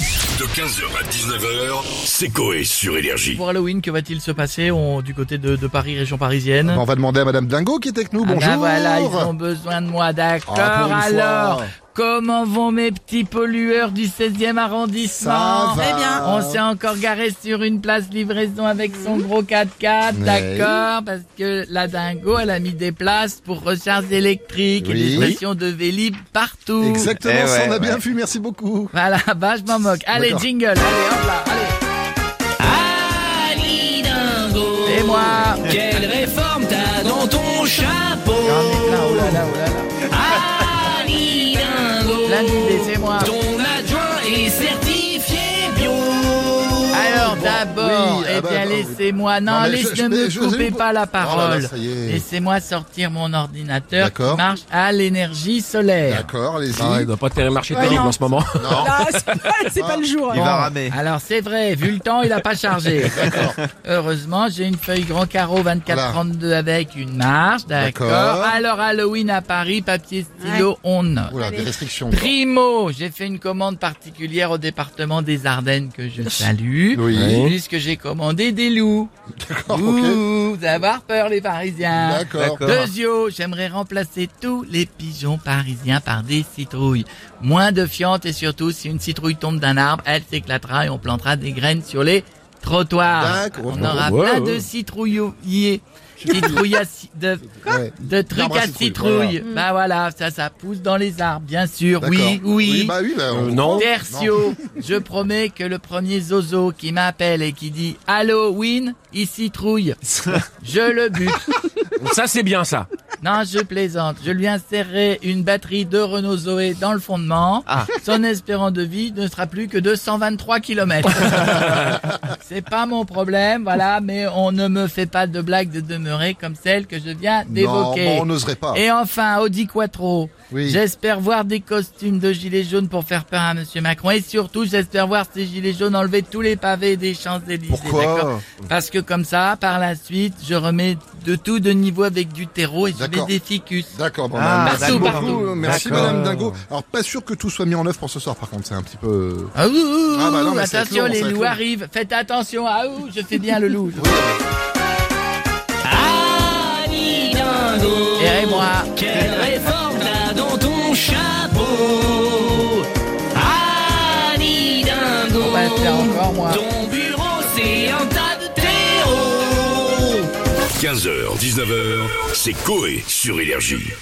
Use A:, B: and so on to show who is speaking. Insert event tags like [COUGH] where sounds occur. A: De 15h à 19h, c'est Coé sur Énergie.
B: Pour Halloween, que va-t-il se passer on, du côté de, de Paris, région parisienne
C: Bah, On va demander à Madame Dingo qui est avec nous.
B: Ah ben
C: Bonjour.
B: voilà, ils ont besoin de moi, d'accord.
C: Ah, pour une fois.
B: Alors, comment vont mes petits pollueurs du 16e arrondissement
C: Ça va. Très bien.
B: On s'est encore garé sur une place livraison avec son gros 4x4,
C: Oui.
B: d'accord Parce que la dingo, elle a mis des places pour recharge électrique et
C: Oui.
B: des stations de Vélib partout.
C: Exactement,
D: Eh
C: ça, on
D: ouais,
C: a bien vu. Merci beaucoup.
B: Voilà, bah je m'en moque. Allez,
C: D'accord.
B: jingle, allez, hop là, allez.
E: Ali Dingo,
B: Et moi
E: quelle réforme t'as dans ton
B: Ah,
E: chapeau
B: putain, oh là là, oh là là.
E: Ali Dingo,
B: Lundi, c'est moi.
E: ton adjoint est certifié bio.
B: Alors
C: Bon,
B: d'abord,
C: oui,
B: eh
C: ah bah,
B: bien
C: bah, oui.
B: laissez-moi, non,
C: Non, mais
B: laisse-
C: je-
B: ne
C: je-
B: me
C: je-
B: coupez
C: je-
B: pas la
C: Oh là
B: parole.
C: là, ça y est.
B: laissez-moi sortir mon ordinateur qui
C: D'accord.
B: marche à l'énergie solaire.
C: D'accord, allez-y.
F: Ah, il doit pas marcher terrible en ce moment.
G: Ah, c'est pas, c'est pas le jour.
D: Il va ramer.
B: Alors c'est vrai, vu le temps, il a pas
C: [LAUGHS]
B: chargé. Heureusement, j'ai une feuille grand carreau 24-32 avec une marge, d'accord.
C: D'accord.
B: Alors Halloween à Paris, papier stylo, on note.
C: Oula, des restrictions.
B: Primo, j'ai fait une commande particulière au département des Ardennes que je salue.
C: Oui.
B: Puisque j'ai commandé des loups.
C: D'accord, ok.
B: Ouh, vous allez avoir peur les Parisiens.
C: D'accord.
B: Deuxio, j'aimerais remplacer tous les pigeons parisiens par des citrouilles. Moins de fientes et surtout, si une citrouille tombe d'un arbre, elle s'éclatera et on plantera des graines sur les trottoirs.
C: D'accord.
B: On aura
F: Ouais,
B: plein
F: ouais.
B: de citrouilliers. Citrouilles à ci- de,
C: Ouais.
B: de trucs
C: L'arbre à
B: à
C: citrouille,
B: citrouille. Bah voilà, ça, ça pousse dans les arbres, bien sûr. Oui,
C: D'accord.
B: oui.
C: bah oui, bah, on-
F: Euh, non.
B: Tertio, [LAUGHS] je promets que le premier zozo qui m'appelle et qui dit Halloween, il citrouille. Je le bute.
F: [LAUGHS] Ça, c'est bien, ça.
B: Non, je plaisante. Je lui insérerai une batterie de Renault Zoé dans le fondement. Son espérant de vie ne sera plus que de 123 km. C'est pas mon problème, voilà, mais on ne me fait pas de blague de demeurer comme celle que je viens
C: Non,
B: d'évoquer.
C: bon, on n'oserait pas.
B: Et enfin, Audi Quattro.
C: Ah. Oui.
B: J'espère voir des costumes de gilets jaunes pour faire peur à Monsieur Macron. Et surtout, j'espère voir ces gilets jaunes enlever tous les pavés des Champs-Élysées. d'accord
C: Pourquoi
B: Parce que comme ça, par la suite, je remets de tout de niveau avec du terreau et je mets
C: D'accord.
B: des ficus.
C: D'accord, bon,
D: Ah,
C: bah, merci
B: partout,
C: beaucoup.
B: partout.
C: Merci
D: D'accord.
C: Madame Dingo. Alors pas sûr que tout soit mis en œuvre pour ce soir par contre, c'est un petit peu...
B: Ah, ouh, ouh,
C: Ah, bah non,
B: ouh,
C: mais ça va être
B: attention,
C: long,
B: les
C: ça va être
B: loups
C: long.
B: arrivent. Faites attention. Ah ouh, je fais bien le loup.
E: Ali Dingo,
B: Et moi.
E: quelle réforme t'as dans ton chapeau. Ali Dingo,
B: On va le faire encore, moi.
E: ton bureau c'est un tas de terreau.
A: 15h, 19h, c'est Coé sur Énergie.